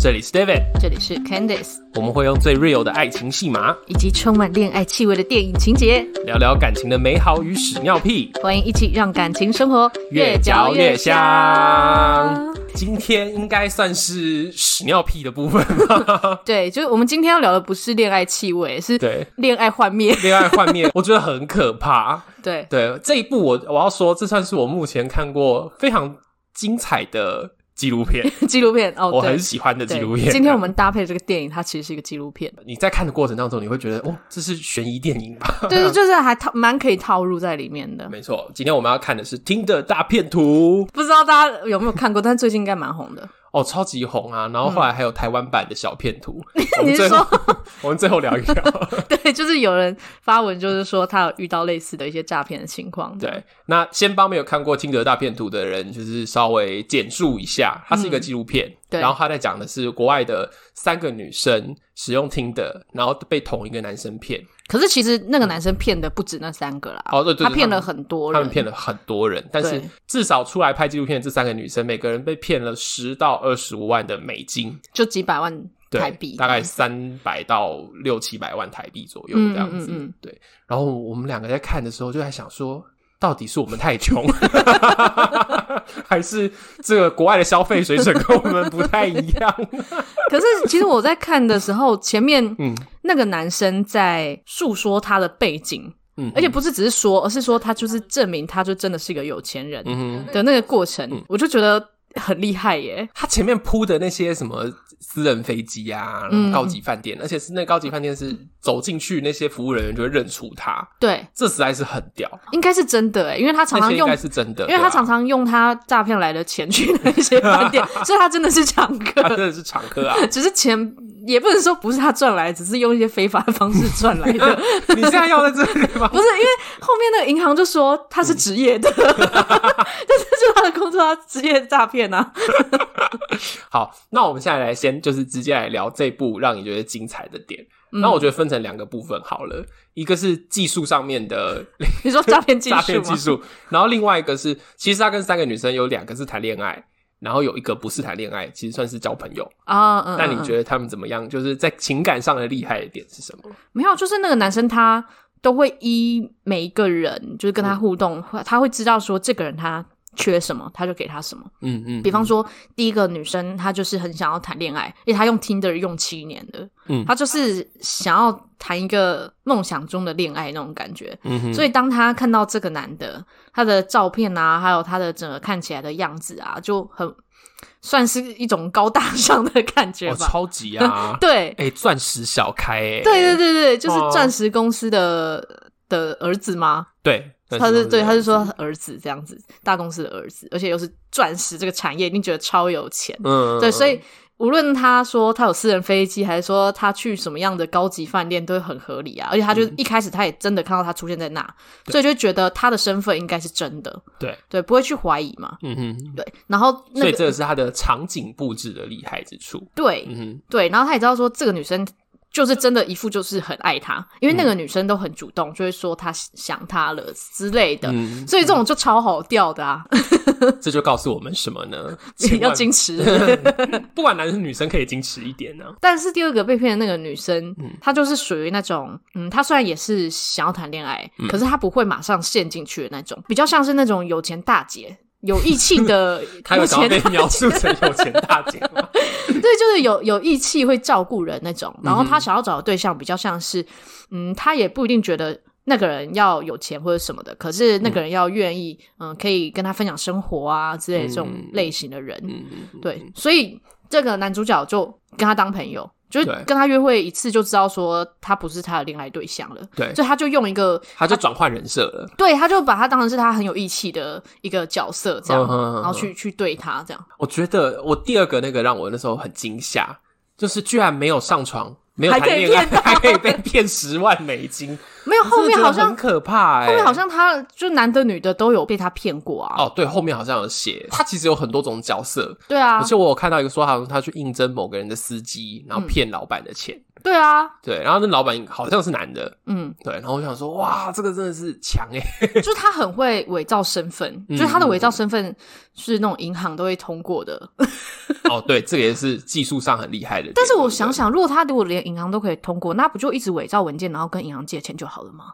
这里是 David， 这里是 Candice，我们会用最 real 的爱情戏码以及充满恋爱气味的电影情节，聊聊感情的美好与屎尿屁，欢迎一起让感情生活越嚼越香香。今天应该算是屎尿屁的部分 吧？对，就是我们今天要聊的不是恋爱气味，是对，恋爱幻 灭。恋爱幻灭，我觉得很可怕。对，对这一部我，我要说，这算是我目前看过非常精彩的纪录片，纪录片 哦，我对很喜欢的纪对录片。今天我们搭配这个电影，它其实是一个纪录 片，你在看的过程当中，你会觉得哦，这是悬疑电影吧？对，就是还套蛮可以套入在里面的。没错，今天我们要看的是《听的大片图》不知道大家有没有看过，但最近应该蛮红的。哦，超级红啊！然后后来还有台湾版的小片 图，我们嗯你最是后 我们最后聊一聊。 对，就是有人发文，就是说他有遇到类似的一些诈骗的情况。对，那先帮没有看过《听得大片图》的人，就是稍微简述一下，它是一个纪录片，嗯对然后它在讲的是国外的三个女生使用听的，然后被同一个男生骗，可是其实那个男生骗的不止那三个啦，哦对对对他骗他们了很多他人，们骗了很多人，但是对至少出来拍纪录片的这三个女生，每个人被骗了十到二十五万的美金，就几百万对台币，大概三百到六七百万台币左右嗯这样子，嗯嗯对。然后我们两个在看的时候，就在想说。到底是我们太 穷，还是这个国外的消费水准跟我们不太一样？ 可是其实我在看的时候，前面嗯那个男生在诉说他的背景，嗯，而且不是只是说，而是说他就是证明他就真的是一个有钱人嗯哼，的那个过程，我就觉得很厉害耶。他前面铺的那些什么私人飞机啊，然后嗯高级饭店，而且是那高级饭店是走进去，那些服务人员就会认出他，对，这实在是很屌。应该是真的哎，因为他常那常些应用该。是真的，因为他对啊常常用他诈骗来的钱去那些饭 店，所以他真的是抢客。他真的是常客啊。只是钱也不能说不是他赚来，只是用一些非法的方式赚来 的。你现在要在这里吗不？是因为后面那个银行就说他是职业的， 但是就他的工作，他职业诈骗啊。好，那我们现在来先就是直接来聊这部让你觉得精彩的点。嗯那我觉得分成两个部分好了，一个是技术上面的你说诈骗技诈术骗技吗？术，然后另外一个是，其实他跟三个女生有两个是谈恋爱，然后有一个不是谈恋爱，其实算是交朋友。啊，嗯，那你觉得得他们怎么样？就是在情感上的厉害的点是什么？没有？就是那个男生他都会依每一个人，就是跟他嗯互动，他会知道说这个人他。缺什么他就给他什么，嗯嗯，比方说第一个女生她就是很想要谈恋爱，因为她用 Tinder 用七年的，嗯她就是想要谈一个梦想中的恋爱那种感觉，嗯哼，所以当他看到这个男的，他的照片啊，还有他的整个看起来的样子啊，就很算是一种高大上的感觉哦，吧。，超级啊 对，哎，钻石小开，哎，对对对对，就是哦钻石公司的、的儿子吗？对，钻石他公是司对，的他儿是说子，他儿子这样子，大公司的儿子，而且又是钻石这个产业，一定觉得超有钱。嗯，对，所以。以无论他说他有私人飞机，还是说他去什么样的高级饭店，都很合理啊。而且他嗯就一开始他也真的看到他出现在那，所以就觉得他的身份应该是真的，对对，不会去怀疑嘛。嗯哼，对，然后那所以个这个是他的场景布置的厉害之处。对嗯哼，对，然后他也知道说这个女生。就是真的，一副就是很爱他，因为那个女生都很主动，就会说她想他了之类的，嗯所以这种就超好钓的啊，这就告诉我们什么 呢？ 要千矜持。万， 不管男生女生可以矜持一点啊 呢、但是第二个被骗的那个女生，她就是属于那种，嗯，她虽然也是想要谈恋爱，可是她不会马上陷进去的那种，比较像是那种有钱大姐。有义气的，他有有想要钱被描述成有钱大姐吗？对，就是有有义气，会照顾人那种。然后嗯她想要找的对象比较像是，嗯，她也不一定觉得那个人要有钱或者什么的，可是那个人要愿意，嗯，可以跟她分享生活啊之类的这种嗯类型的人。嗯，对，所以这个男主角就跟他当朋友，就是对跟他约会一次就知道说他不是他的恋爱对象了，对，所以他就用一个， 他就转换人设 了。对，他就把他当成是他很有义气的一个角色这样，嗯哼嗯哼然后去去对他这样，我觉得我第二个那个让我那时候很惊吓，就是居然没有上床，没有还谈可以恋爱，骗到还可以被骗十万美金，没有 后真的面觉得好像很可怕、欸，后面好像他就男的女的都有被他骗过啊。哦，对，后面好像有写，他其实有很多种角色，对啊而，且我有看到一个说，好像他去应征某个人的司机，然后嗯骗老板的钱，对啊，对，然后那老板好像是男的，嗯，对，然后我想说，哇，这个真的是强哎、就是他很会伪造身份， 嗯就是他的伪造身份是那种银行都会通过的。 哦，对，这个也是技术上很厉害的。但是对我不对想，想，如果他如果连银行都可以通过，那不就一直伪造文件，然后跟银行借钱就好了吗？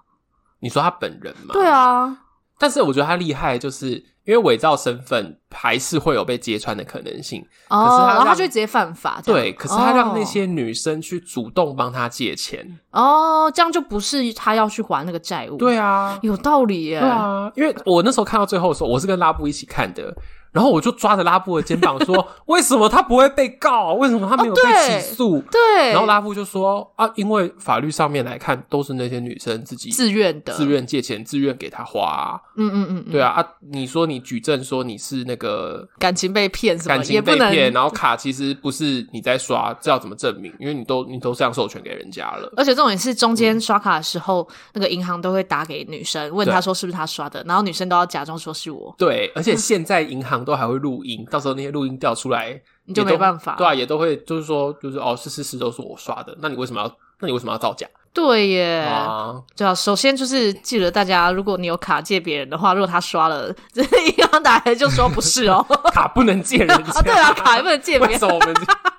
你说他本人嘛，对，啊，但是我觉得他厉害，就是因为伪造身份还是会有被揭穿的可能性。哦可是他，然后让他就直接犯法这样。对，可是他让哦那些女生去主动帮他借钱。哦，这样就不是他要去还那个债务。，对啊，有道理耶。对啊，因为我那时候看到最后的时候，我是跟拉布一起看的，然后我就抓着拉布的肩膀说：“ 为什么他不会被告？啊为什么他没有哦被对起诉？”对然后拉布就说：“啊，因为法律上面来看，都是那些女生自己自愿的，自，愿借钱，自愿给他花啊、嗯嗯嗯，嗯对，啊啊！你说你举证说你是那个感情被骗什么感情被也不能骗，然后卡其实不是你在刷，这要怎么证明？因为你都你都这样授权给人家了。而且重点是中嗯间刷卡的时候，那个银行都会打给女生，问她说是不是她刷的，然后女生都要假装说是我，对，而且现在银行都还会录音， 到时候那些录音调出来，你就也都没办法对啊，也都会就是说，就是哦，是是是，都是我刷的，那你为什么要？那你为什么要造假对耶，啊？对啊。首先就是记得大家，如果你有卡借别人的话，如果他刷了，这银行打来就说不是 哦。卡不能借 人家，啊，对啊，卡也不能借别 为人。什么我们？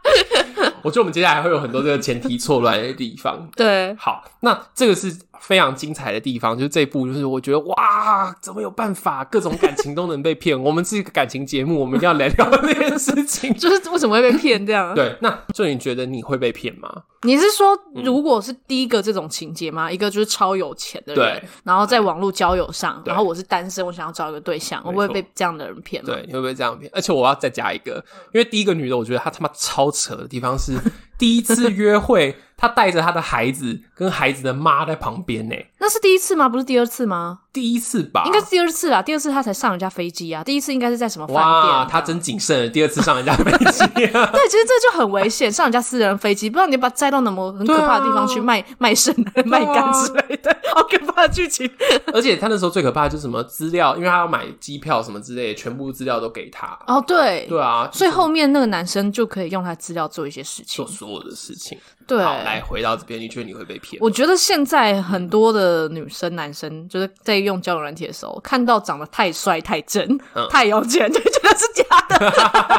我觉得我们接下来会有很多这个前提错乱的地方。对，。好，那这个是非常精彩的地方，就是这一部，就是我觉得哇，怎么有办法，各种感情都能被骗？我们是一个感情节目，我们一定要来聊这件事情 就是为什么会被骗这样？对，那就你觉得你会被骗吗？你是说，嗯如果是第一个这种情节吗？一个就是超有钱的人对，然后在网络交友上，对然后我是单身，我想要找一个对象，没错我不会被这样的人骗吗？对，你会不会这样骗？而且我要再加一个，因为第一个女的，我觉得她他妈超扯的地方是，第一次约会，她带着她的孩子跟孩子的妈在旁边呢、欸那是第一次吗？不是第二次吗？第一次吧，应该是第二次啦，第二次他才上人家飞机啊，第一次应该是在什么饭店哇，啊？她真谨慎，第二次上人家飞机、啊。 对，其实这就很危险，上人家私人飞机，不知道你把它载到那么很可怕的地方去对啊啊卖、 卖肾、卖肝之类的， 好可怕的剧 情。而且他那时候最可怕的就是什么资料，因为他要买机票什么之类的，全部资料都给他。哦，对，对啊，所以后面那个男生就可以用他资料做一些事情做。所有的事情。对，好，来回到这边，你觉得你会被骗？我觉得现在很多的女生、男生，就是在用交友软体的时候，看到长得太帅、太正、嗯太有钱，就觉得是假的。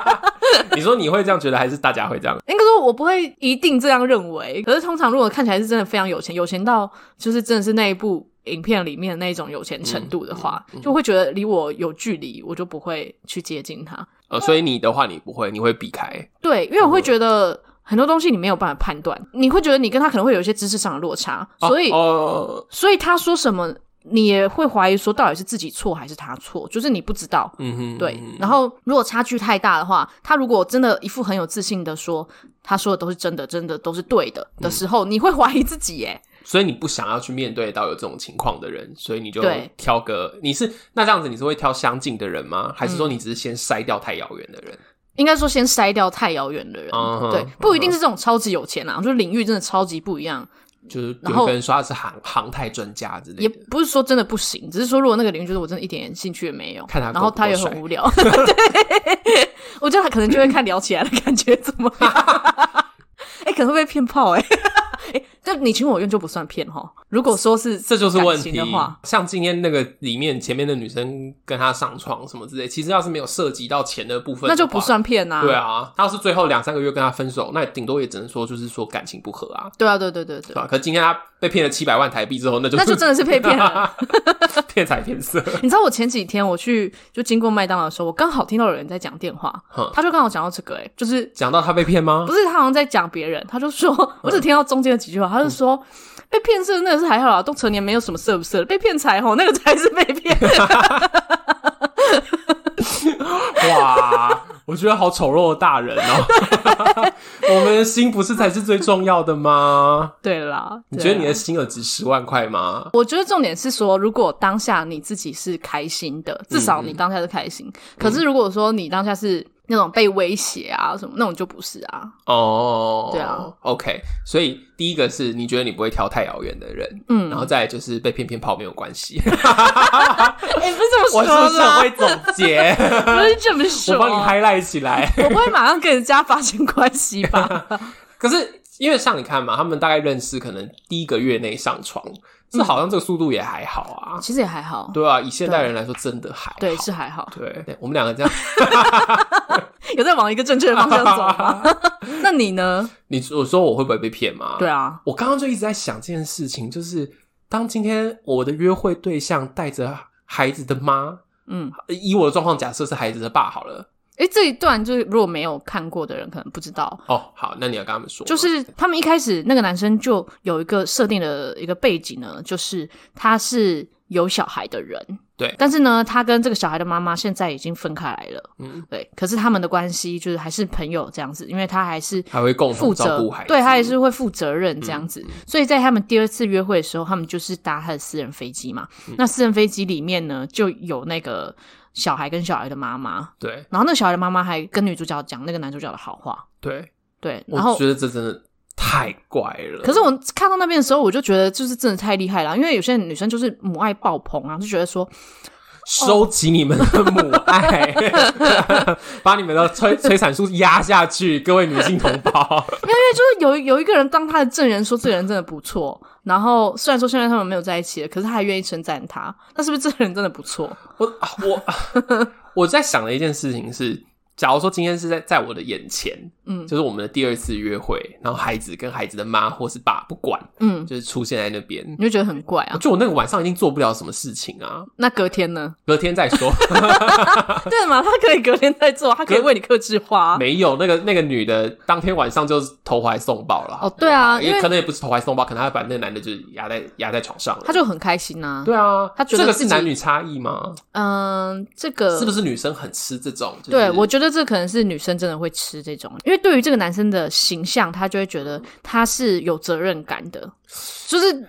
你说你会这样觉得，还是大家会这样？应该说，我不会一定这样认为。可是通常，如果看起来是真的非常有钱，有钱到就是真的是那一部影片里面那一种有钱程度的话，就会觉得离我有距离，我就不会去接近他。呃，所以你的话，你不会，你会避开。对，因为我会觉得很多东西你没有办法判断，你会觉得你跟他可能会有一些知识上的落差，所以、哦，所以他说什么，你也会怀疑说到底是自己错还是他错，就是你不知道。嗯哼，对，然后如果差距太大的话，他如果真的一副很有自信的说他说的都是真的，真的都是对的的嗯时候，你会怀疑自己 耶。所以你不想要去面对到有这种情况的人，所以你就对挑个你是那这样子，你是会挑相近的人吗？还嗯是说你只是先筛掉太遥远的人？应该说先筛掉太遥远的人嗯哼对嗯哼，不一定是这种超级有钱啊，就是领域真的超级不一样，就是然有后一个人说他是航航太专家之类也的，不是说真的不行，只是说如果那个领域就是我真的一点兴趣也没有，看他然后够不够他也帅很无聊， 对，我觉得他可能就会看聊起来的感觉怎么 样，哎、可能会被骗炮哎、 哎，但你情我愿就不算骗哈。如果说是这就是问感题情的话，。像今天那个里面前面的女生跟他上床什么之类，其实要是没有涉及到钱的部分的话，那就不算骗呐、对啊，他要是最后两三个月跟他分手，那顶多也只能说就是说感情不和啊，对啊，对对对对对吧、可今天他被骗了七百万台币之后，那就那就真的是被骗 了。骗财骗色。你知道我前几天我去就经过麦当劳的时候，我刚好听到有人在讲电话哼，他就刚好讲到这个、欸，就是讲到他被骗吗不？是他好像在讲别人，他就 说，嗯我只听到中间的几句话，他就说。被骗色那个是还好啦，都成年没有什么色不色的，被骗财 吼那个才是被 骗。哇，我觉得好丑陋的大人哦、 我们的心不是才是最重要的吗？对啦，你觉得对啊你啦的心有值十万块吗？我觉得重点是说，如果嗯当下你自己是开心的，至少你当下是开心。可是如果说你当下是那种被威胁啊什么那种就不是啊。哦，对啊，OK。所以第一个是你觉得你不会挑太遥远的人，嗯然后再来就是被骗骗炮没有关 系。哎、不是我这么说是不是很的，会总结？不 是这么说，我帮你 highlight 起来。我不会马上跟人家发生关系 吧？可是因为像你看嘛，他们大概认识可能第一个月内上床，这好像这个速度也还好啊。其实也还好，对啊，以现代人来说，真的还好嗯对，是还好，对对，我们两个 这样。有在往一个正确的方向走 吗？那你呢？你我说我会不会被骗吗？对啊，我刚刚就一直在想这件事情，就是当今天我的约会对象带着孩子的妈，嗯，呃以我的状况假设是孩子的爸好了。哎，这一段就是如果没有看过的人可能不知道，哦，好，那你要跟他们说，就是他们一开始那个男生就有一个设定的一个背景呢，就是他是有小孩的人，对但是呢，他跟这个小孩的妈妈现在已经分开来了，嗯，对，可是他们的关系就是还是朋友这样子，因为他还是还会共同负照责顾孩，子，嗯对他也是会负责任这样子。所以在他们第二次约会的时候，他们就是搭他的私人飞机嘛。嗯那私人飞机里面呢，就有那个小孩跟小孩的妈妈，对然后那个小孩的妈妈还跟女主角讲那个男主角的好话，对，对，然我后觉。得这真的太怪了。可是我看到那边的时候，我就觉得就是真的太厉害了，啊因为有些女生就是母爱爆棚啊，就觉得说收集你们的母 爱，把你们的催催产素压下去，各位女性同胞。 就是有有一个人当他的证人，说这个人真的不错。然后虽然说现在他们没有在一起了，可是他还愿意称赞他，那是不是这个人真的不错？我啊我我在想的一件事情是，假如说今天是在在我的眼前，嗯就是我们的第二次约会，然后孩子跟孩子的妈或是爸不管，嗯，就是出现在那边你，就觉得很怪啊。就我那个晚上一定做不了什么事情啊，那隔天呢？ 隔天再说。对嘛，他可以隔天再做，他可以为你克制化、啊。没有那个那个女的，当天晚上就投怀送抱了。哦，对啊，因也为可能也不是投怀送抱，可能她把那个男的就是压在压在床上了。他就很开心呐、对啊，她觉得这个自是己男女差异吗？嗯，这个是不是？是女生很吃这种？就是对，我觉得这可能是女生真的会吃这种，因为对于这个男生的形象，他就会觉得他是有责任感 的，就是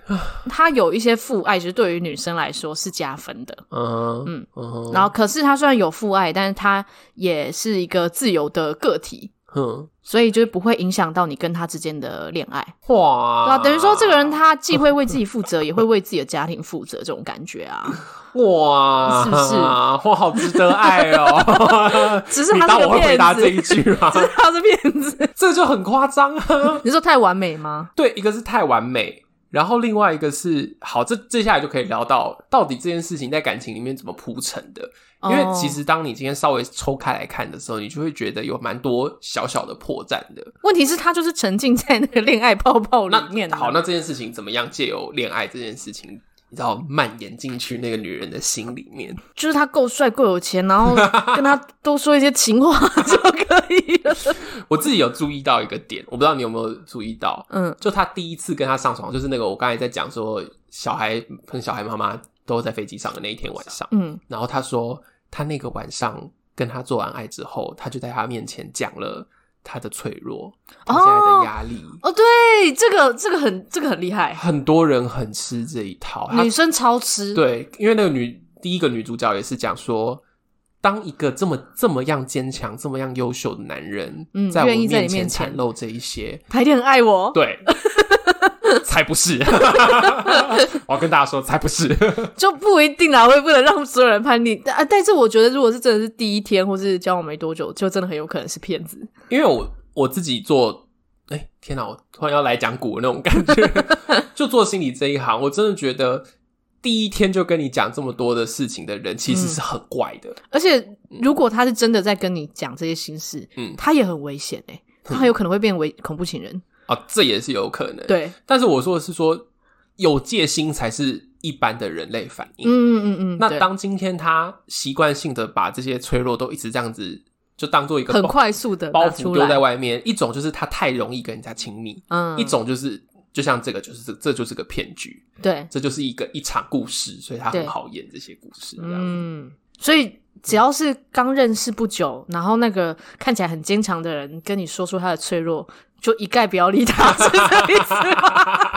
他有一些父爱，其实对于女生来说是加分的。嗯嗯嗯然后，可是他虽然有父爱，但是他也是一个自由的个体，哼，所以就是不会影响到你跟他之间的恋爱。哇，对啊，等于说这个人他既会为自己负责，也会为自己的家庭负责，这种感觉啊。哇，是不是 哇，好值得爱 哦！只是 你他当是我个会回骗答子，这一句吗？ 只是他是骗子。 这就很夸张啊！你说太完美吗？对，一个是太完美，然后另外一个是好，这接下来就可以聊到到底这件事情在感情里面怎么铺陈的。因为哦其实当你今天稍微抽开来看的时候，你就会觉得有蛮多小小的破绽的。问题是，他就是沉浸在那个恋爱泡泡里面那啊。好，那这件事情怎么样借由恋爱这件事情，你知道蔓延进去那个女人的心里面？就是他够帅、够有钱，然后跟他多说一些情话 就可以了。我自己有注意到一个点，我不知道你有没有注意到，嗯，就他第一次跟他上床，就是那个我刚才在讲说小孩跟小孩妈妈都在飞机上的那一天晚上，嗯，然后他说他那个晚上跟他做完爱之后，他就在他面前讲了他的脆弱，他现在的压力。哦，对，这个这个很这个很厉害，很多人很吃这一套，哦他女生超吃。，对，因为那个女第一个女主角也是讲说，当一个这么这么样坚强、这么样优秀的男人，嗯在我愿意在你前面袒前露这 一些，他一定很爱我。 对，才不是！我要跟大家说，才不是。就不一定啦，我也不能让所有人判定啊。但是我觉得，如果是真的是第一天，或是交往没多久，就真的很有可能是骗子。因为我我自己做，哎、天哪，我突然要来讲股的那种感觉， 就做心理这一行，我真的觉得。第一天就跟你讲这么多的事情的人，其嗯实是很怪的。而且，如果他是真的在跟你讲这些心事，嗯他也很危险哎、他很有可能会变为恐怖情人。啊，这也是有可能。对，但是我说的是说，有戒心才是一般的人类反嗯应。嗯嗯，那对当今天他习惯性的把这些脆弱都一直这样子，就当做一个很包快速的包拿袱出丢在来，外面，一种就是他太容易跟人家亲密，嗯，一种就是就像这个就是这这就是个骗局，对，这就是一个一场故事，所以他对很好演这些故事。这样嗯，所以。只要是刚认识不久，然后那个看起来很坚强的人跟你说出他的脆弱，就一概不要理他， 是这意思 吗？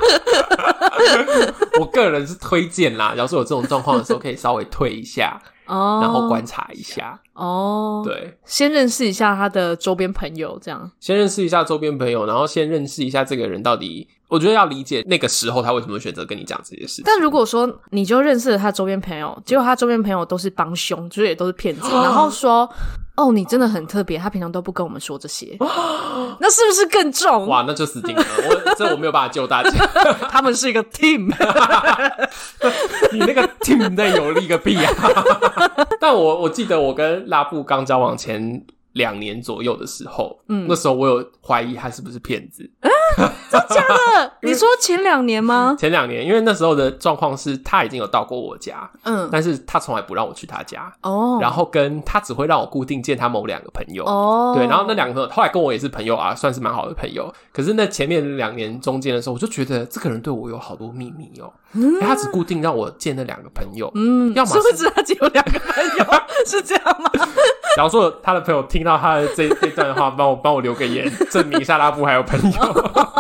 我个人是推荐啦，要是有这种状况的时候，可以稍微退一下，哦，然后观察一下。哦，，对，先认识一下他的周边朋友，这样先认识一下周边朋友，然后先认识一下这个人到底，我觉得要理解那个时候他为什么会选择跟你讲这些事情。但如果说你就认识了他周边朋友，结果他周边朋友都是帮凶，就是也都是骗子，然 后说哦，你真的很特别，他平常都不跟我们说这些，那是不是更重？哇，那就死定了！我这我没有办法救大家， 他们是一个 team，你那个 team 在有力个屁啊！ 但我我记得我跟拉布刚交往前两年左右的时候，嗯，那时候我有怀疑他是不是骗子。 你说前两年吗？前两年，因为那时候的状况是他已经有到过我家，嗯，但是他从来不让我去他家，哦，然后跟他只会让我固定见他某两个朋友。哦，对，然后那两个朋友后来跟我也是朋友啊，算是蛮好的朋友。可是那前面两年中间的时候，我就觉得这个人对我有好多秘密哦、欸他只固定让我见那两个朋友，嗯，要么是是不是他只有两个朋友？ 是这样吗？假如说他的朋友听到他的这这段的话，帮我帮我留个言，证明一下拉布还有朋 友。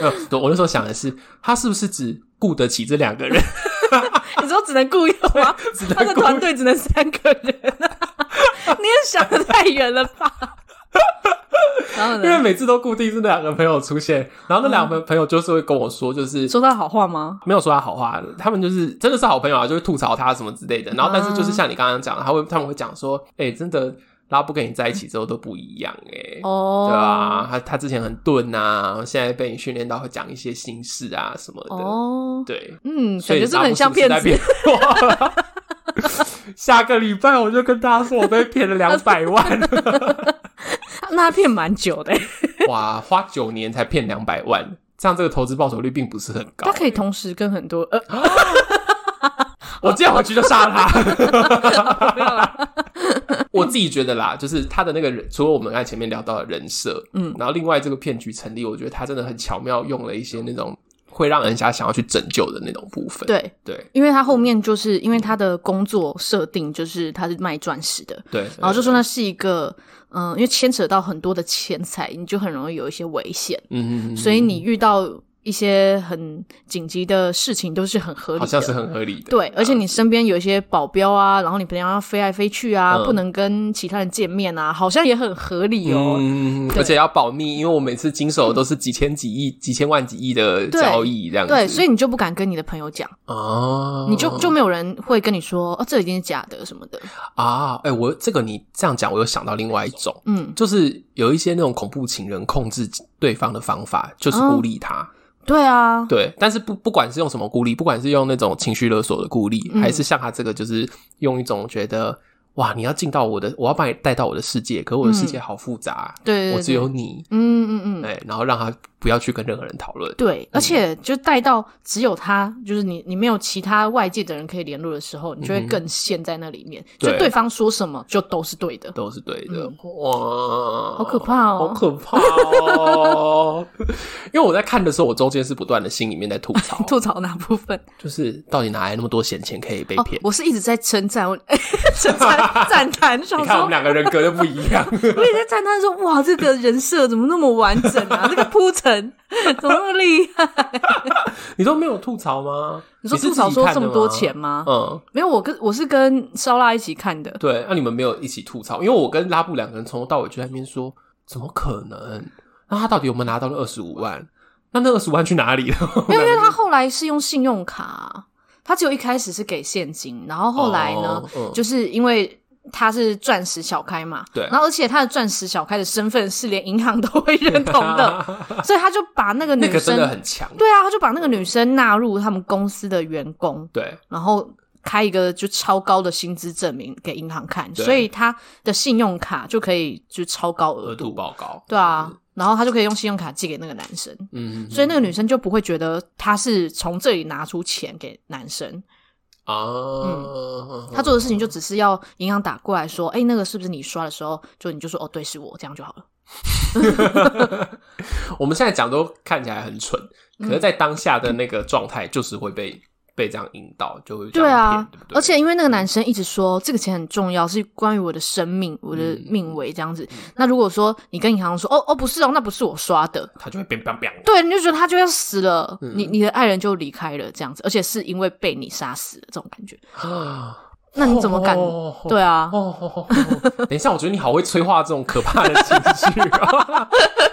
嗯，对我那时候想的是，他是不是只顾得起这两个人？你说只能雇一个吗？ 他的团队只能三个人， 你也想的太远了吧？ 然后因为呢？每次都固定是那两个朋友出现，然后那嗯两个朋友就是会跟我说，就是说他好话吗？没有说他好话，他们就是真的是好朋友啊，就会吐槽他什么之类的。然后，但是嗯就是像你刚刚讲的，他会他们会讲说，哎、真的拉布跟你在一起之后都不一样、欸，哎、哦，对啊，他他之前很钝啊，现在被你训练到会讲一些心事啊什么的，哦，对，嗯，所感以觉真的很像骗拉布子。是不是在骗我。 下个礼拜我就跟大家说，我被骗了两百万，那他骗蛮久的，欸哇，花九年才骗两百万，这样这个投资报酬率并不是很高他。可以同时跟很多 呃，我今天回去就杀了他。 不要哦啦，我自己觉得啦，就是他的那个人，除了我们刚才前面聊到的人设，嗯，然后另外这个骗局成立，我觉得他真的很巧妙用了一些那种会让人家想要去拯救的那种部分。对。对因为他后面就是因为他的工作设定就是他是卖钻石的，对，然后就说那是一个，嗯、因为牵扯到很多的钱财，你就很容易有一些危险，嗯，嗯嗯所以你遇到一些很紧急的事情都是很合理的，好像是很啊合理的。对，而且你身边有一些保镖啊，然后你平常要飞来飞去啊，嗯不能跟其他人见面啊，好像也很合理哦。嗯，而且要保密，因为我每次经手的都是几千 几亿、几千万、几亿的对交易这样子。对，所以以你就不敢跟你的朋友讲，哦，你就就没有人会跟你说，哦，这一定是假的什么的。啊，哎、我这个你这样讲，我又想到另外一种，嗯，就是有一些那种恐怖情人控制对方的方法，就是孤立他。对啊，对，但是不不管是用什么孤立，不管是用那种情绪勒索的孤立，嗯还是像他这个，就是用一种觉得哇，你要进到我的，我要把你带到我的世界，可我的世界好复杂，对对对我只有你，嗯嗯嗯。哎，然后让他不要去跟任何人讨论。对，而且就带到只有他，就是你，你没有其他外界的人可以联络的时候，你就会更陷在那里面。嗯对就对方说什么，就都是对的。都是对的，哇，好可怕哦，好可怕哦！ 因为我在看的时候，我中间是不断的心里面在吐槽 吐槽哪部分？就是到底哪来那么多闲钱可以被哦骗，？我是一直在称赞，我 称赞赞叹，想你看说我们两个人格就不一样，我也在赞叹说：“哇，这个人设怎么那么完整 啊？这个铺陈 怎么那么厉害 你都没有吐槽吗？？”你说是吐槽自己说看这的么多吗钱吗？嗯，没有，我跟我是跟烧腊一起看的。对，那、你们没有一起吐槽，因为我跟拉布两个人从头到尾就在那边说，怎么可能？那他到底有没有拿到那二十五万？那那二十五万去哪里了？没有，因为 他后来是用信用卡，他只有一开始是给现金，然后后来呢，哦嗯就是因为。他是钻石小开嘛，对然后而且他的钻石小开的身份是连银行都会认同 的，所以他就把那个女啊那个生真，的很强，对啊，他就把那个女生纳入他们公司的员工，对然后开一个就超高的薪资证明给银行看，对所以他的信用卡就可以就超高额额度，度报告，对啊，然后他就可以用信用卡寄给那个男生，嗯，所以那个女生就不会觉得他是从这里拿出钱给男生，啊，嗯他做的事情就只是要银行打过来说，哎，那个是不是你刷的时候，就你就说哦，对，是我，这样就好了。我们现在讲都看起来很蠢，可嗯是，在当下的那个状态，就是会被被这样引导，就会这对样啊骗，对不对？嗯而且因为那个男生一直说这个钱很重要，是关于我的生命、我嗯的命为这样子。那如果说你跟银行说，哦哦，不是哦，那不是我刷的，他就会变 bang bang，对，你就觉得他就要死了，嗯你你的爱人就离开了这样子，而且是因为被你杀死的这种感觉。啊，那 你怎么敢？哦对啊，哦哦哦哦等一下，我觉得你好会催化这种可怕的情绪、啊。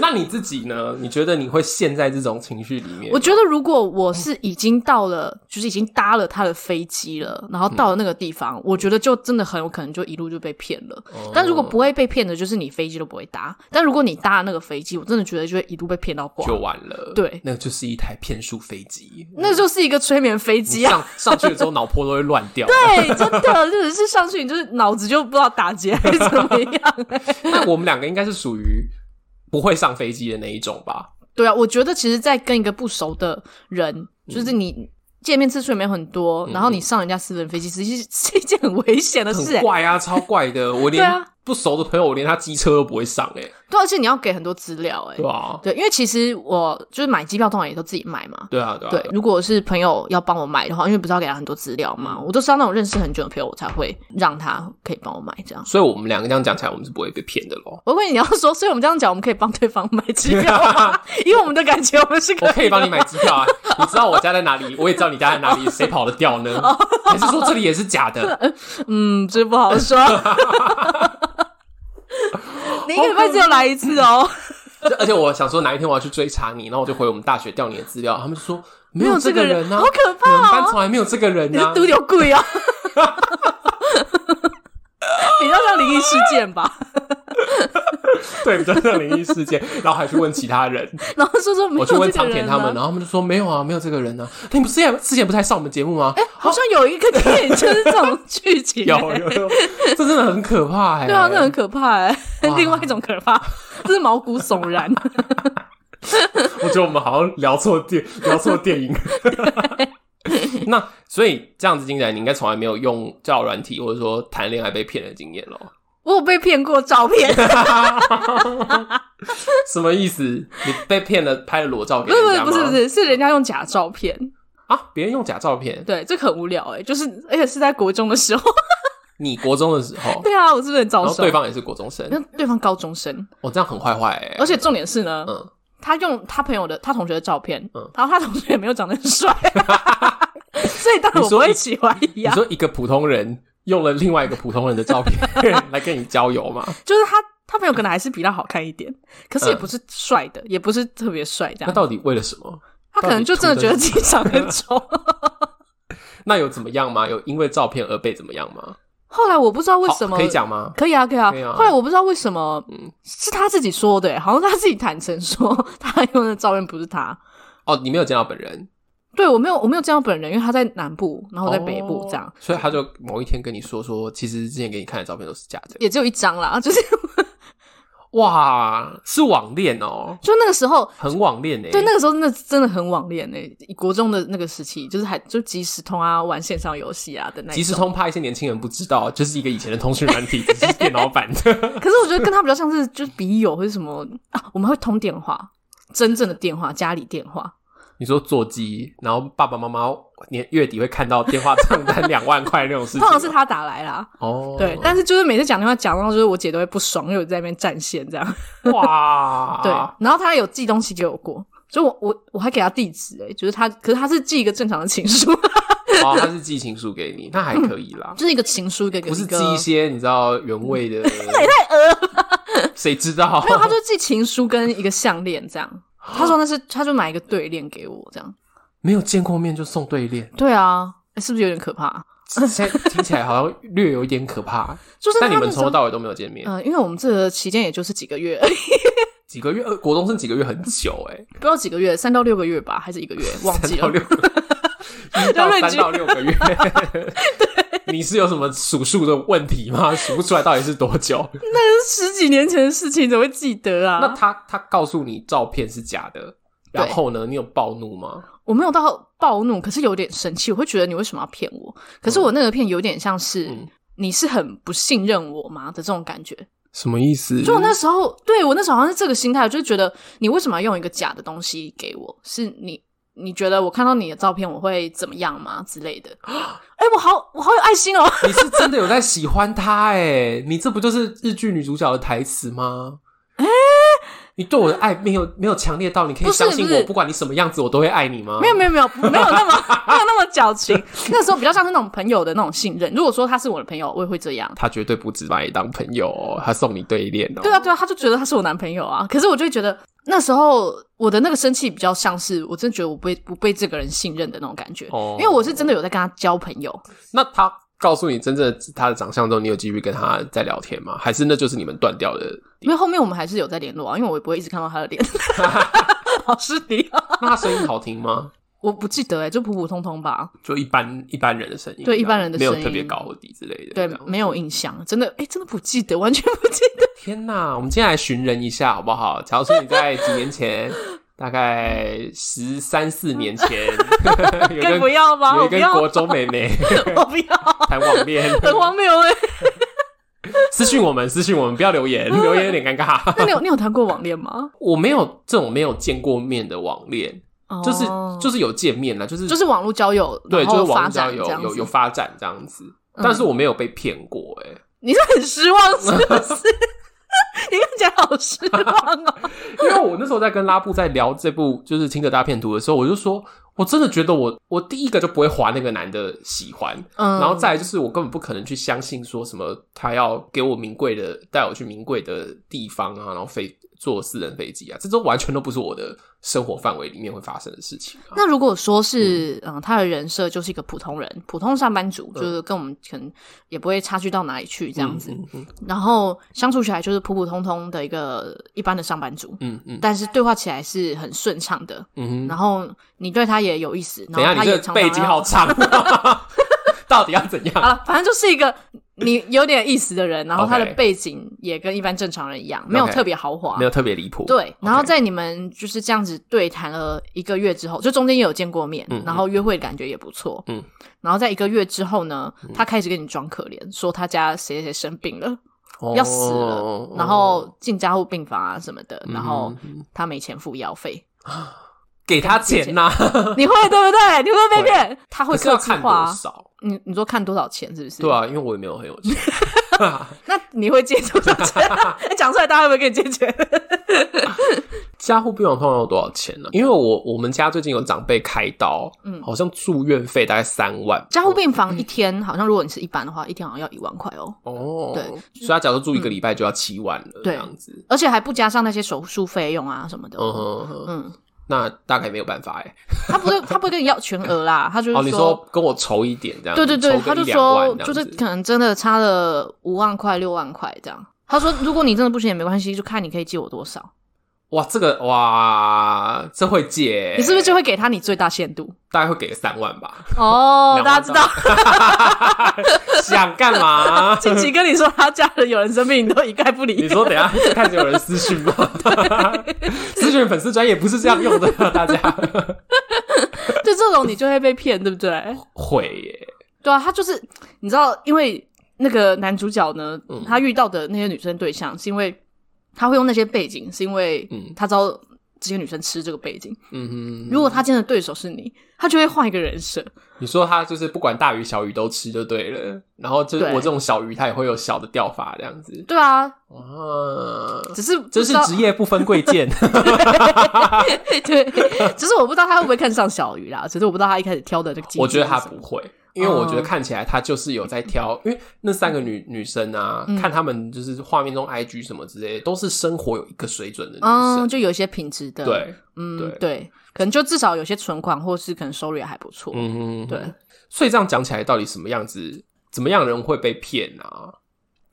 那你自己呢？你觉得你会陷在这种情绪里面？我觉得如果我是已经到了，就是已经搭了他的飞机了，然后到了那个地方，我觉得就真的很有可能就一路就被骗了。嗯哦但如果不会被骗的，就是你飞机都不会搭。但如果你搭了那个飞机，我真的觉得就会一路被骗到挂就。完了，对那就是一台骗术飞机。那就是一个催眠飞你机啊！上上去了之后，脑波都会乱 掉。对，真的，真的是上去你就是脑子就不知道打结还是怎么样。 那我们两个应该是属于不会上飞机的那一种吧？对啊，我觉得其实，在跟一个不熟的人，嗯就是你见面次数也没有很多，然后你上人家私人飞机，其实是一件很危险的事、很欸。怪啊，超 怪的。我连对啊不熟的朋友，我连他机车都不会上、欸，哎，对，啊而且你要给很多资料、欸，对啊吧？对，因为其实我就是买机票通常也都自己买嘛。对啊，对啊，对，如果是朋友要帮我买的话，因为不是要给他很多资料嗯嘛，我都是要那种认识很久的朋友，我才会让他可以帮我买这样。所以我们两个这样讲起来，我们是不会被骗的咯。我以为你要说，所以我们这样讲，我们可以帮对方买机票 吗，因为我们的感情，我们是可我以可以帮的你买机票啊，你知道我家在哪里，我也知道你家在哪里，谁跑得掉呢？哦还是说这里也是假的？嗯，这不好说。 你一个礼拜只有来一次哦，就而且我想说哪一天我要去追查你，然后我就回我们大学调你的资料，他们就说没没有有这这个个人人啊，好可怕你们班哦从来没有这个人你是啊。毒有鬼哦。 比较像灵异事件吧， 对，比较像灵异事件，然后还去问其他人，然后说说没有我去这问个苍人田啊他们，然后他们就说没有啊，没有这个人啊。你不是之前之前不是还上我们节目吗？ 好像有一个电影就是这种剧情、有欸有有，这真的很可怕哎。对啊，那很可怕哎、欸，哇另外一种可怕，这是毛骨悚然。 我觉得我们好像聊错电，聊错电影。 那所以这样子听起来，你应该从来没有用交友软体或者说谈恋爱被骗的经验咯。我有被骗过照片， 什么意思？你被骗了，拍了裸照给不是不人是家吗？不是不是，是人家用假照片。啊，别人用假照片。对，这个很无聊哎、欸，就是而且是在国中的时候。 你国中的时候，对啊，我是不是很早然后熟？对方也是国中生，那对方高中生，我、这样很坏坏哎。嗯而且重点是呢，嗯他用他朋友的他同学的照片，嗯然后他同学也没有长得很 帅，所以当然我你不说会一起怀疑你啊，说一个普通人用了另外一个普通人的照片 来跟你交友嘛？就是他他朋友可能还是比他好看一点，可是也嗯不是帅的，也不是特别帅这那样，到底为了什么？他可能就真的觉得自己长得很丑。 那有怎么样吗？有因为照片而被怎么样吗？后来我不知道为好什么可以讲吗？可以啊，可以啊。可以啊嗯后来我不知道为什么，是他自己说的耶，欸好像他自己坦诚说他用的照片不是他。哦，你没有见到本人，对我没有，我没有见到本人，因为他在南部，然后我在北部哦这样，所以他就某一天跟你说说，其实之前给你看的照片都是假的。也只有一张啦。 就是哇，是网恋哦，就那个时候，很网恋哎、对那个时候真的真的很网恋诶，国中的那个时期，就是还就即时通啊，玩线上游戏啊的那一即时种。通怕一些年轻人不知道，就是一个以前的通讯软体，只是电脑版的。 可是我觉得跟他比较像是就是笔友或者什么啊，我们会通电话，真正的电话，家里电话。你说座机，然后爸爸妈妈年月底会看到电话账单两万块那种事情吗，通常是他打来啦，哦，对，但是就是每次讲电话讲到，就是我姐都会不爽，因为我在那边占线这样。哇， 对，然后她有寄东西给我过，所以我我我还给她地址诶、就是她，可是她是寄一个正常的情书， 哦，他是寄情书给你，那还可以啦，就是一个情书给不是一寄个一些你知道原味 的，太太恶，谁知道？ 没有，她就啊寄情书跟一个项链这样。她说那是，她就买一个对链给我这样。没有见过面就送对联，对啊，诶是不是有点可怕？现在听起来好像略有一点可怕。 就是但你她们那从头种到尾都没有见面，呃，因为我们这个期间也就是几个月，几个月？呃国中生几个月很久哎、不知道几个月，三到六个月吧，还是一个月， 忘记三到了。六 个，一到论三据到 六个月。你是有什么数数的问题吗？数不出来到底是多久？ 十几年前的事情怎么会记得啊？那他他告诉你照片是假的，对然后呢，你有暴怒吗？我没有到暴怒，可是有点生气，我会觉得你为什么要骗我？可是我那个骗有点像是、嗯你是很不信任我吗的这种感觉。什么意思？就我那时候，对我那时候好像是这个心态，我就觉得你为什么要用一个假的东西给我？是你你觉得我看到你的照片我会怎么样吗之类的？ 哎、我好我好有爱心哦！你是真的有在欸喜欢他哎、你这不就是日剧女主角的台词吗？你对我的爱没有没有强烈到你可以不是相信不我，是不管你什么样子，我都会爱你吗？没有没有没有没有那么没有那么矫情，那时候比较像是那种朋友的那种信任。如果说他是我的朋友，我也会这样。他绝对不只把你当朋友、哦，他送你对恋哦。对啊，对啊，他就觉得他是我男朋友啊。可是我就会觉得那时候我的那个生气比较像是我真的觉得我被不被这个人信任的那种感觉，哦因为我是真的有在跟他交朋友。那他告诉你真正的他的长相之后，你有继续跟他在聊天吗？还是那就是你们断掉的？因为后面我们还是有在联络啊，因为我也不会一直看到他的脸。 好失礼啊！那他声音好听吗？我不记得哎、就普普通通吧，就一般一般人的声音，对一般人的没有声音特别高或低之类的。对这，样没有印象，真的哎、真的不记得，完全不记得。天哪，我们今天来寻人一下好不好？假如说你在几年 前，大概十三四年前，有一可以个不要吗？有我一不个要，国中妹 妹我不要，谈网恋， 很荒谬哎、私信我们，私信我们，不要留言，留言有点尴尬。 那你有你有谈过网恋吗？我没有这种没有见过面的网恋，就是哦就是有见面了，就是就是网络交友，对，然就后是网发络交展友这样有有子嗯有发展这样子，但是我没有被骗过、欸，你是很失望是不是？ 你看起来好失望哦。因为我那时候在跟拉布在聊这部就是《听着大片图》的时候，我就说，我真的觉得我我第一个就不会划那个男的喜欢，嗯然后再来就是我根本不可能去相信说什么他要给我名贵的带我去名贵的地方啊，然后飞坐私人飞机啊，这都完全都不是我的生活范围里面会发生的事情、啊。那如果说是嗯、他的人设就是一个普通人，普通上班族，就是跟我们可能也不会差距到哪里去这样子，嗯嗯然后相处起来就是普普通通的一个一般的上班族，嗯嗯但是对话起来是很顺畅的，嗯，嗯然后你对他也有意思，等然后一下你他这也个常背常景要好长，啊 到底要怎样？ 好了，反正就是一个你有点意思的人，然后他的 OK 背景也跟一般正常人一样，没有 OK 特别豪华，没有特别离谱，对，然后 OK 在你们就是这样子对谈了一个月之后，就中间也有见过面，嗯然后约会感觉也不错，嗯，然后在一个月之后呢，他开始跟你装可怜，说他家谁谁谁生病了，哦要死了哦，然后进加护病房啊什么的，嗯然后他没钱付医药费， 给他钱呐、你会对不对？你会被骗？他会 可是要客气看化多啊，少？你你说看多少钱是不是？对，啊，因为我也没有很有钱，那你会借多少钱？ 讲出来大家会不会给你借 钱？加护病房通常有多少钱呢、因为我我们家最近有长辈开刀，嗯好像住院费大概三万加护病房一天好像如果你是一般的话，一天好像要一万块哦。哦，对，嗯所以他假如住一个礼拜就要七万了，这对样子，而且还不加上那些手术费用啊什么的。嗯哼哼，嗯，那大概没有办法哎、他 不是他不一定要全额啦，他就哦，是你说跟我筹一点这样子，对对对，筹个他就一两万说这样就是子可能真的差了五万块六万块这样。他说如果你真的不行也没关系，就看你可以借我多 少，哇，这个哇，这会借、欸你是不是就会给他你最大限 度？大概会给个三万吧？ 哦，大家知道，想干 嘛？近期跟你说他家人有人生病，你都一概不你理。说等一下 就开始有人私讯吗？私讯粉丝专业不是这样用的，大家 就这种你就会被骗，对不对？会耶。对啊，他就是你知道，因为那个男主角呢，嗯他遇到的那些女生对象，是因为他会用那些背景，是因为嗯他知道这些女生吃这个背景。嗯哼，如果他今天的对手是你，他就会换一个人设。你说他就是不管大鱼小鱼都吃就对了，然后就是对我这种小鱼，它也会有小的钓法这样子。对啊，哇，只是真是职业，业不分贵贱。 对，只是我不知道他会不会看上小鱼啦，只是我不知道他一开始挑的那个。我觉得他不，会，嗯因为我觉得看起来他就是有在挑，因为那三个嗯女女生啊，看他们就是画面中 IG 什么之类的，都是生活有一个水准的女嗯，生。就有一些品质的，，对，嗯对，对，可能就至少有些存款，或是可能收入也还不错。嗯哼，对，所以这样讲起来，到底什么样子，怎么样人会被骗啊？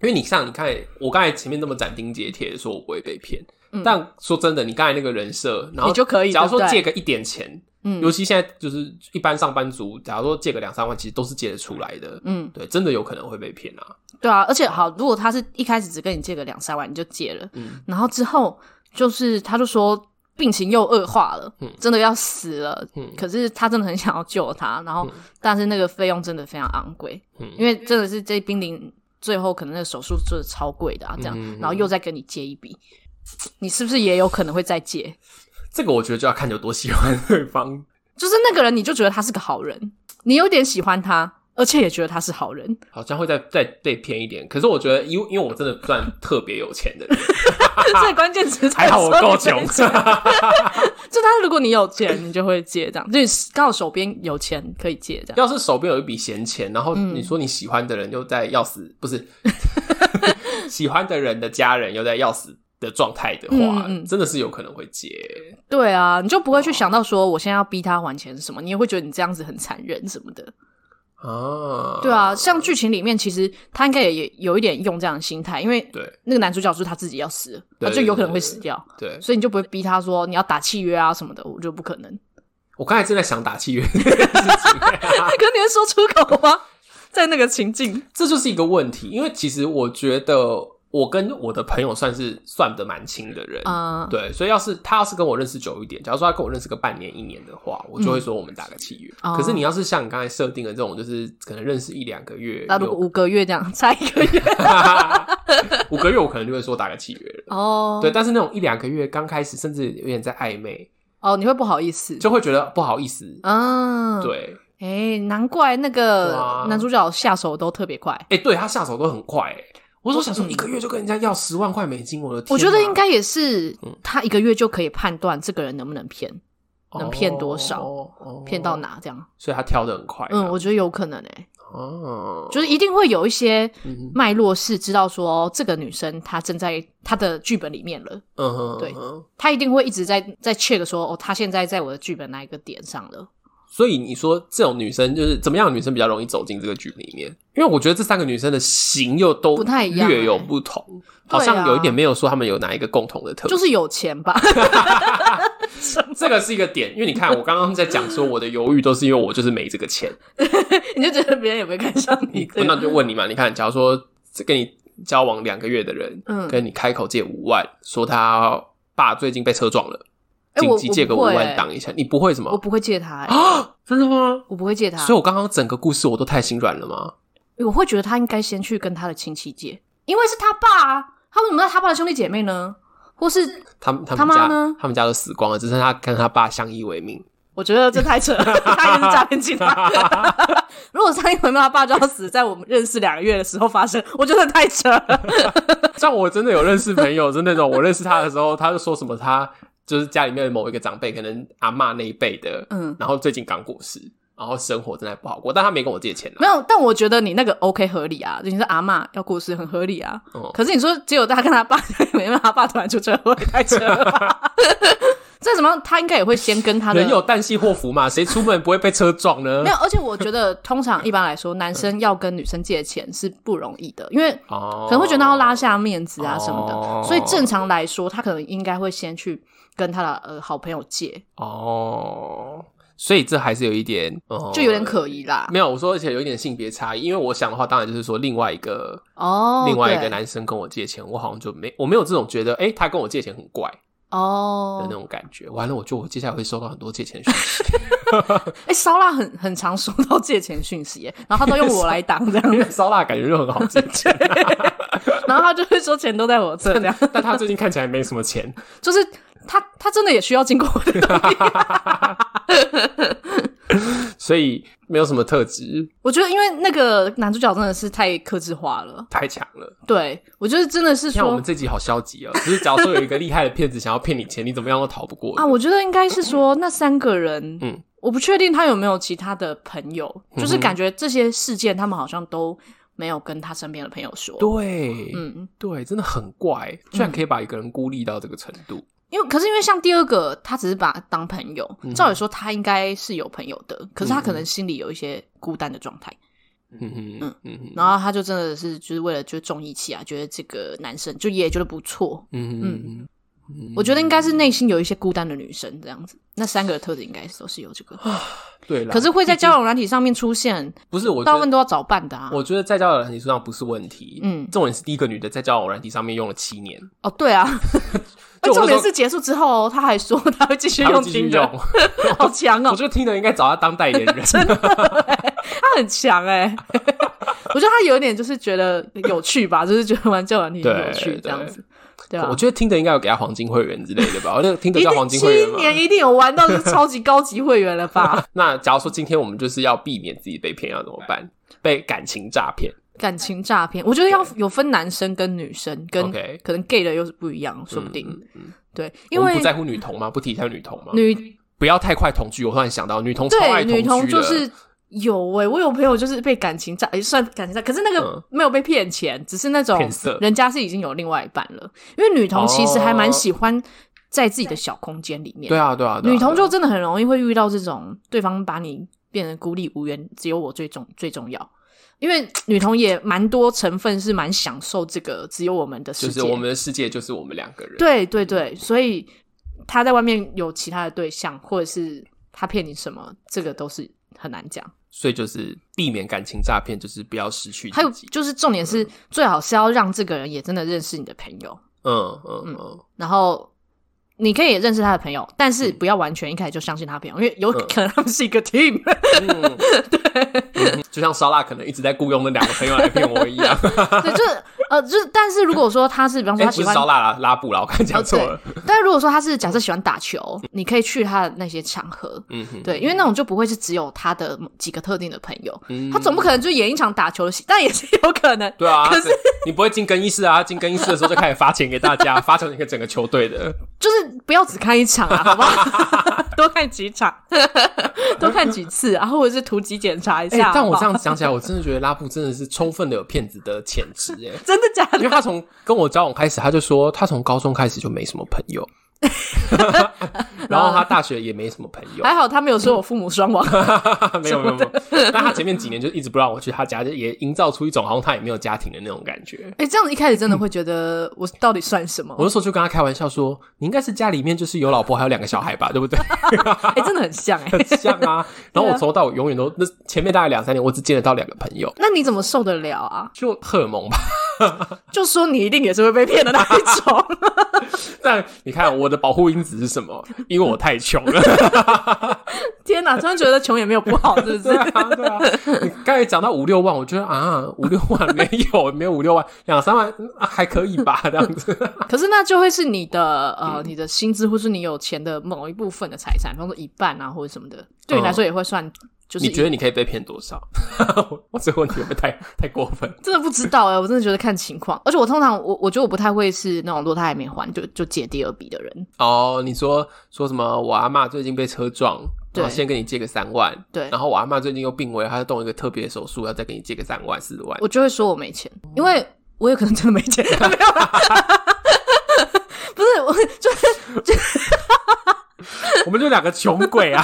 因为你像你看，我刚才前面那么斩钉截铁地说我不会被骗，但说真的，你刚才那个人设，然嗯后你就可以假如说对不对借个一点钱，嗯尤其现在就是一般上班族，假如说借个两三万，其实都是借得出来的，嗯，对，真的有可能会被骗啊。对啊，而且好，如果他是一开始只跟你借个两三万，你就借了，嗯然后之后就是他就说病情又恶化了，嗯真的要死了，可是他真的很想要救他，然嗯后、但是那个费用真的非常昂贵，因为真的是这濒临最后可能那个手术做的超贵的啊，这样，嗯然后又再跟你借一笔，你是不是也有可能会再借？这个我觉得就要看有多喜欢对方， 就是那个人，你就觉得他是个好人，你有点喜欢他，而且也觉得他是好人。 好像会再再被骗一点。可是我觉得，因为因为我真的不算特别有钱 的人，最关键词。还好我够穷 就他如果你有钱，你 就会借这样，就是刚好手边有钱可以借这样。要是手边有一笔闲钱，然后嗯你说你喜欢的人又在要死，不是 喜欢的人的家人又在要死的状态的话，嗯嗯真的是有可能会借。对啊，你就不会去想到说我现在要逼他还钱是什么，你也会觉得你这样子很残忍什么的。啊，对，啊，像剧情里面其实他应该也也有一点用这样的心态，因为对那个男主角就是他自己要死了，对他就有可能会死掉，对，所以你就不会逼他说你要打契约啊什么的，我觉得不可能。我刚才正在想打契约 这件事情，可你会说出口啊吗？ 在那个情境，这就是一个问题，因为其实我觉得我跟我的朋友算是算的蛮亲的人，啊，对，所以要是他要是跟我认识久一点，假如说他跟我认识个半年一年的话，我就会说我们打个契约。嗯哦可是你要是像你刚才设定的这种，就是可能认识一两个月，那如果有五个月这样，差一个月 五个月，我可能就会说打个契约了。哦，对，但是那种一两个月刚开始，甚至有点在暧昧，哦，你会不好意思，就会觉得不好意思。啊，，对，哎、难怪那个哇男主角下手都特别快。哎、对他下手都很快、哎，我说想说嗯一个月就跟人家要十万块美金，我的天啊，我觉得应该也是嗯，他一个月就可以判断这个人能不能骗，能骗多少哦哎哦骗到哪这样。所以他挑的很快。啊嗯，我觉得有可能诶、哦，就是一定会有一些嗯脉络是知道说这个女生她正在她的剧本里面了，嗯哼，对嗯哼她一定会一直在在 check 说哦，她现在在我的剧本哪一个点上了。所以你说这种女生就是怎么样的女生比较容易走进这个剧里面？因为我觉得这三个女生的型又都不太一样略有不同，对啊好像有一点没有说她们有哪一个共同的特就质。是有钱吧， 这个是一个点，因为你看我刚刚在讲说我的犹豫都是因为我就是没这个 钱，你就觉得别人有没有看上你？对那就问你嘛，你看假如说这跟你交往两个月的人，嗯跟你开口借五万，说他爸最近被车撞了，哎紧我急借个我五不会万挡一下，你不会什我么？不会借他、欸，啊，真的吗？我不会借他， 所以我刚刚整个故事我都太心软了吗？我会觉得他应该先去跟他的亲戚借，因为是他爸啊，他为什么要他爸的兄弟姐妹呢？或是他们他他们妈家呢他们家都死光了，只剩他跟他爸相依为命。我觉得这太扯了， 他也是诈骗集团。 如果上一回他爸就要死在我们认识两个月的时候发生，我觉得太扯了。 像我真的有认识朋友，是那种我认识他的时候，他就说什么他就是家里面的某一个长辈，可能阿嬷那一辈的，嗯，然后最近刚过世，然后生活真的不好过，但他没跟我借钱啊没。有，但我觉得你那个 OK 合理啊，就你是阿嬷要过世很合理啊。哦可是你说只有他跟他爸， 没办法，他爸突然出车祸，太扯了 吧。这怎么样？他应该也会先跟他的人有旦夕祸福嘛，谁出门不会被车撞呢没？有，而且我觉得通常一般来说，男生要跟女生借钱是不容易的，因为哦可能会觉得要拉下面子啊什么的，哦所以正常来说，他可能应该会先去跟他的呃好朋友借，哦，所以这还是有一点，哦就有点可疑啦。没有。我说，而且有一点性别差异，因为我想的话，当然就是说另外一个哦，另外一个对男生跟我借钱，我好像就没我没有这种觉得，哎、他跟我借钱很怪的那哦，种感觉。完了，我就我接下来会收到很多借钱讯息，哎，烧腊很很常收到借钱讯息耶，然后他都用我来挡这样， 因为烧腊感觉就很好借钱，然后他就会说钱都在我这这样，但他最近看起来没什么钱。就是他他真的也需要经过我的 同意。所以没有什么特质，我觉得因为那个男主角真的是太克制化了，太强了。对我觉得真的是啊像我说们这集好消极哦，就是假如说有一个厉害的骗子想要骗你钱，你怎么样都逃不过啊，我觉得应该是说那三个人，嗯，我不确定他有没有其他的朋友，就是感觉这些事件他们好像都没有跟他身边的朋友说。对，嗯，对，真的很怪，居然可以把一个人孤立到这个程度。因为可是因为像第二个，他只是把他当朋友，嗯照理说他应该是有朋友的，可是他可能心里有一些孤单的状态，嗯哼嗯嗯然后他就真的是就是为了就是重义气啊，觉得这个男生就也觉得不错，嗯嗯嗯嗯我觉得应该是内心有一些孤单的女生这样子，那三个的特质应该都是有这个，对了。可是会在交友软体上面出现，不是我大觉部分得，都要找伴的啊。我觉得在交友软体上不是问题。嗯重点是第一个女的在交友软体上面用了七年，哦，对啊， 就我那时候重点是结束之后，他还说他会继续她会用继续听用的，。 好强我哦，觉得听的应该找她当代言人，真的他很强哎、 我觉得他有一点就是觉得有趣吧，就是觉得玩交友软体很有趣对这样子。 对啊我觉得听的应该有给他黄金会员之类的吧？我那个听的一叫定黄金会员七嘛。年一定有玩到是超级高级会员了吧？那假如说今天我们就是要避免自己被骗，要怎么办？被感情诈骗？感情诈骗，我觉得要有分男生跟女生，跟 OK 可能 gay 的又是不一样，说不定。嗯嗯嗯对，我因们为不在乎女啊童吗？不提一下女童吗？女不要太快同居。我突然想到，女童超爱对女同同居就的是有欸诶、我有朋友就是被感情诈，也算感情诈，可是那嗯个没有被骗钱，只是那种骗色哦人家是已经有另外一半了。因为女同其实还蛮喜欢在自己的小空间里面，对啊，对啊，对啊女同对就啊真的很容易会遇到这种对方把你变成孤立无援，只有我最重最重要。因为女同也蛮多成分是蛮享受这个只有我们的世就界，是我们的世界就是我们两个人。对对对，所以她在外面有其他的对象，或者是她骗你什么，这个都是很难讲。所以就是避免感情诈骗，就是不要失去还有自己。就是重点是，最好是要让这个人也真的认识你的朋友，嗯嗯嗯嗯，然后你可以认识他的朋友，但是不要完全一开始就相信他的朋友，因为有嗯可能他们是一个 team。嗯，对，嗯就像烧腊可能一直在雇佣那两个朋友来 骗我一样。对，就是呃，就是，但是如果说他是，比方哎，说他不喜是欢，烧腊啦，拉布啦，我刚才讲错了。但是如果说他是假设喜欢打球，你可以去他的那些场合，嗯哼，对，因为那种就不会是只有他的某几个特定的朋友，嗯他总不可能就演一场打球的戏，但也是有可能。对啊，可是你不会进更衣室啊？进更衣室的时候就开始发钱给大家，发钱给整个球队的。就是不要只看一场啊，好不 好？多看几场， 多看几次啊，或者是突击检查一哎、下。但我好不好这样想起来，我真的觉得拉布真的是充分的有骗子的潜质哎，真的假 因的？为他从跟我交往开始，他就说他从高中开始就没什么朋友， 然后他大学也没什么朋友，还好他没有说我父母双 亡，没有没有没有。但他前面几年就一直不让我去他家，就也营造出一种好像他也没有家庭的那种感觉。哎、这样子一开始真的会觉得我到底算什么我？那时候就跟他开玩笑说：“你应该是家里面就是有老婆还有两个小孩吧，对不对？”哎、真的很像哎、 很像啊。然后我从头到尾永远都那前面大概两三年，我只见得到两个朋友，那你怎么受得了啊？就荷尔蒙吧。 就说你一定也是会被骗的那一种。 但你看我的保护因子是什么？因为我太穷了。天哪，突然觉得穷也没有不好，是不 对是？啊，对啊。你刚才讲到五六万，我觉得啊，五六万没有， 没有五六万，两三万、嗯啊还可以 吧，这样子。可是那就会是你的呃，嗯你的薪资或是你有钱的某一部分的财产，比方说一半啊或者什么的，对你来说也会算。就是嗯你得觉得你可以被骗多少？ 我这个问题会不会太太过分？真的不知道哎、我真的觉得看情况。而且我通常我我觉得我不太会是那种，如果他还没还就就借第二笔的人。哦，你说说什么？我阿嬷最近被车撞，对然后先跟你借个三万，对然后我阿嬷最近又病危，她要动一个特别手术，要再给你借个三万、四万。我就会说我没钱，因为我有可能真的没钱， 没有啦。不是，我就是 我们就两个穷鬼 啊！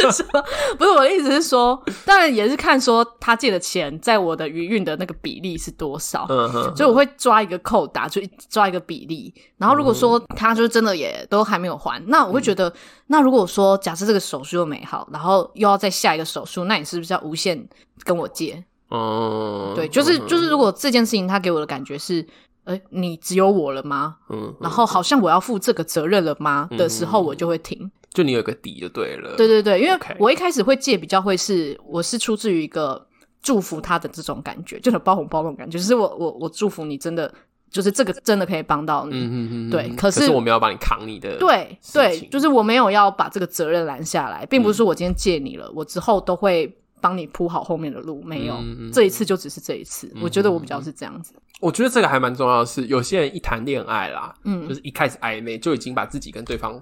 不是我的意思是说，当然也是看说他借的钱在我的余韵的那个比例是多少。嗯哼，所以我会抓一个扣打，就抓一个比例。然后如果嗯说他就真的也都还没有还，那我会觉得，那如果说假设这个手术又没好，然后又要再下一个手术，那你是不是要无限跟我借？嗯，对，就是嗯就是，如果这件事情他给我的感觉是，呃，你只有我了吗？嗯，然后好像我要负这个责任了吗？的时候，嗯我就会停。就你有个底就对了。对，对对，因为 OK 我一开始会借比较会是我是出自于一个祝福他的这种感觉，就是包红包那种感觉，就是我我我祝福你真的就是这个真的可以帮到你。嗯嗯嗯，对嗯可是是我们要帮你扛你的，对事对情，嗯就是我没有要把这个责任揽下来，并不是说我今天借你了，我之后都会帮你铺好后面的路，没有，嗯嗯嗯这一次就只是这一次。我觉得我比较是这样子，我觉得这个还蛮重要的是，有些人一谈恋爱啦，嗯就是一开始暧昧就已经把自己跟对方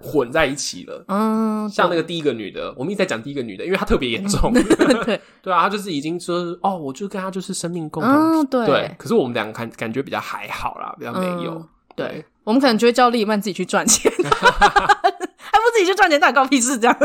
混在一起了。嗯，像那个第一个女的，我们一直在讲第一个女的，因为她特别严重。对， 对啊，她就是已经说哦，我就跟她就是生命共同体。嗯，对对，可是我们两个感感觉比较还好啦，比较没有。嗯对，我们可能就会叫利曼自己去赚钱， 还不自己去赚钱，那关我屁事这样，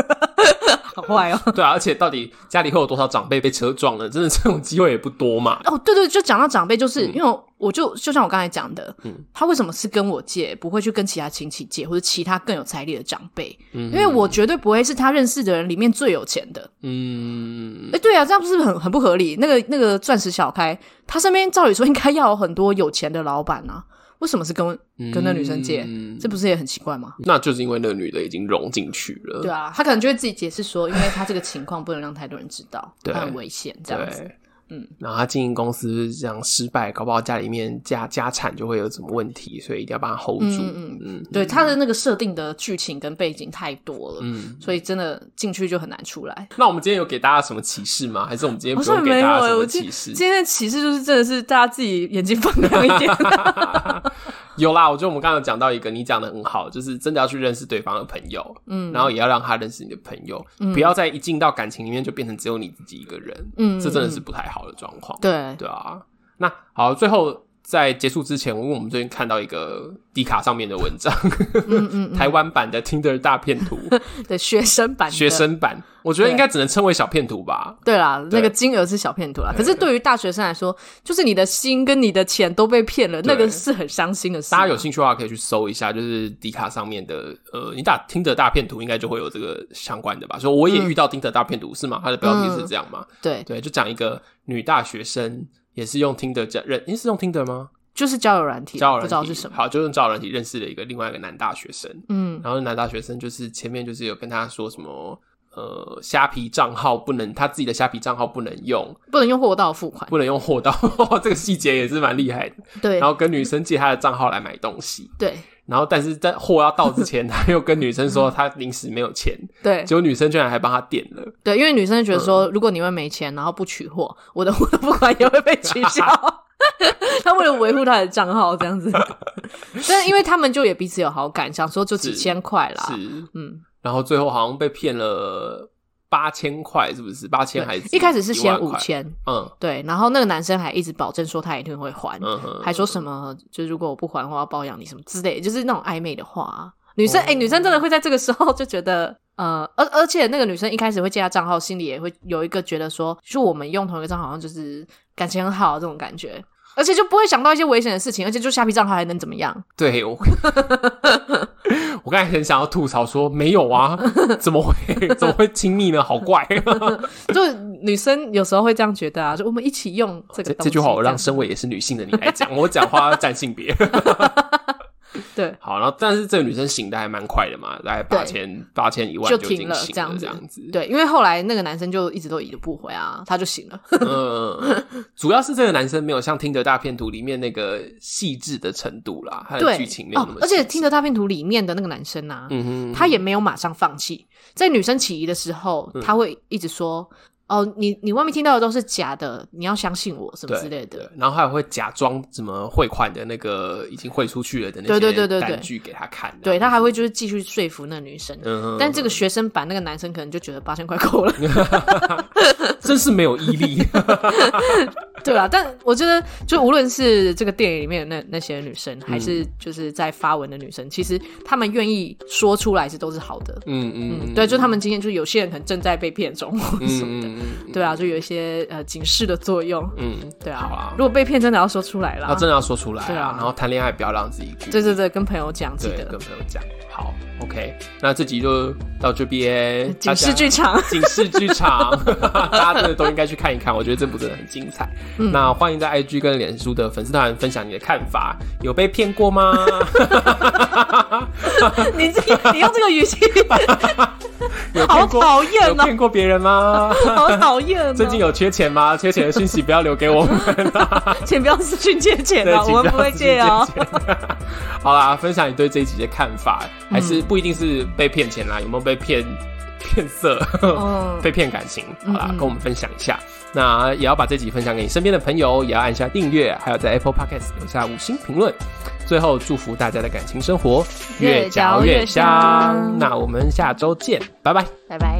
好坏哦。 对啊，而且到底家里会有多少长辈被车撞了？真的 这种机会也不多嘛。哦，对对，就讲到长辈，就是、因为我就就像我刚才讲的，嗯他为什么是跟我借，不会去跟其他亲戚借，或者其他更有财力的长辈？因为我绝对不会是他认识的人里面最有钱的。嗯哎，，对啊，这样是不是很很不合理？那个那个钻石小开，他身边照理说应该要有很多有钱的老板啊，为什么是跟跟那女生借？嗯这不是也很奇怪吗？那就是因为那个女的已经融进去了。对啊，他可能就会自己解释说，因为他这个情况不能让太多人知道，对他很危险这样子。对，嗯，然后他经营公司这样失败，搞不好家里面家家产就会有什么问题，所以一定要把它 hold 住。嗯嗯，对，他的那个设定的剧情跟背景太多了，嗯。所以真的进去就很难出来。哦那我们今天有给大家什么启示吗？还是我们今天好不用像给没有大家哎、欸什我么今启示？今天的启示就是真的是大家自己眼睛放亮一点。 有啦，我觉得我们刚刚有讲到一个，你讲的很好，就是真的要去认识对方的朋友，嗯，然后也要让他认识你的朋友，不要再一进到感情里面就变成只有你自己一个人，嗯这真的是不太好的状况，对，对啊。那好，最后在结束之前，因为我们最近看到一个迪卡上面的文章，嗯嗯 台湾版的 Tinder 大片 图嗯，对，学生版的学。生版，我觉得对应该只能称为小片图吧。对啦，那对个金额是小骗图啦。可是对于大学生来说，就是你的心跟你的钱都被骗了，那个是很伤心的事啊。大家有兴趣的话，可以去搜一下，就是迪卡上面的，呃，你打听的大片图，应该就会有这个相关的吧。所以我也嗯遇到听的大片图、是吗？它的标题是这样吗？对，对，就讲一个女大学生，也是用听的认，认，诶是用听的吗？就是交友软体，交友不知软体道是什么。好，就用交友软体认识了一个另外一个男大学生，嗯，然后男大学生就是前面就是有跟他说什么。呃，虾皮账号不能，他自己的虾皮账号不能用，不能用货到付款。不能用货到， 这个细节也是蛮厉害的。对然后跟女生借他的账号来买东西，对然后但是在货要到之前，他又跟女生说他临时没有钱， 对结果女生居然还帮他点了。对，因为女生觉得嗯说，如果你会没钱，然后不取货，我的 货到付款也会被取消。 他为了维护他的账号，这样子， 但因为他们就也彼此有好感，想说就几是千块啦，是，嗯，然后最后好像被骗了八千块，是不是？八千还是一开始是先10,000五块？千，嗯对，然后那个男生还一直保证说他一定会还，嗯哼，还说什么就如果我不还的话，我要包养你什么之类的，就是那种暧昧的话啊。女生哎、诶女生真哦的会在这个时候就觉得，呃，而而且那个女生一开始会借他账号，心里也会有一个觉得说，就我们用同一个账号，好像就是感情很好这种感觉，而且就不会想到一些危险的事情，而且就下批账号还能怎么样？对我， 我刚才很想要吐槽说没有啊，怎么会 怎么会亲密呢？好怪， 就女生有时候会这样觉得啊，就我们一起用这个这东西这句话我让样身为也是女性的你来讲，我讲话要占性别。 对好，然后但是这个女生醒的还蛮快的嘛，大概对八千八千一万就已停经了醒这样这子样子。 对，因为后来那个男生就一直都已读不回啊，他就醒了。嗯，主要是这个男生没有像《听的大片图》里面那个细致的程度啦，他的对，剧情没有哦那么、而且细致听着大片图里面的那个男生啊，嗯哼，他也没有马上放弃，在女生起疑的时候，嗯他会一直说：“哦，你你外面听到的都是假的，你要相信我什么对之类对的。然后还会假装怎么汇款的那个已经汇出去了的那对对对些对对单据给他看的，对”他还会就是继续说服那女生。嗯哼，但这个学生版那个男生可能就觉得八千块 够了，真是没有毅力。对啊。但我觉得，就无论是这个电影里面的那那些女生，还嗯是就是在发文的女生，其实她们愿意说出来是都是好的。 嗯嗯嗯，对，就她们今天就有些人可能正在被骗中或者嗯什么的，嗯嗯对啊，就有一些呃警示的作用。嗯，对好啊啊，如果被骗，真的要说出来啦要。真的要说出来对啊然后谈恋爱不要让自己去对对对，跟朋友讲，记对得跟朋友讲。好，OK，那这集就到这边，警大示家剧场。警示剧 场，大家真的都应该去看一看，我觉得这部真的很精彩。嗯那欢迎在 IG 跟脸书的粉丝团分享你的看法，有被骗过吗？你自己， 你用这个语气，有好骗过？讨厌有 哦，骗过别人吗？好讨厌哦。最近有缺钱吗？缺钱的讯息不要留给我们，请不要私讯借 钱对啊，，请我们不要会自己借哦。借钱。 好啦，分享你对这一集的看法，嗯还是不一定是被骗钱啦，有没有被骗骗色？嗯，被骗感情，好啦，跟我们分享一下。那也要把这集分享给你身边的朋友，也要按下订阅，还有在 Apple Podcast 留下五星评论。最后，祝福大家的感情生活越嚼越香那我们下周见，拜拜。拜拜。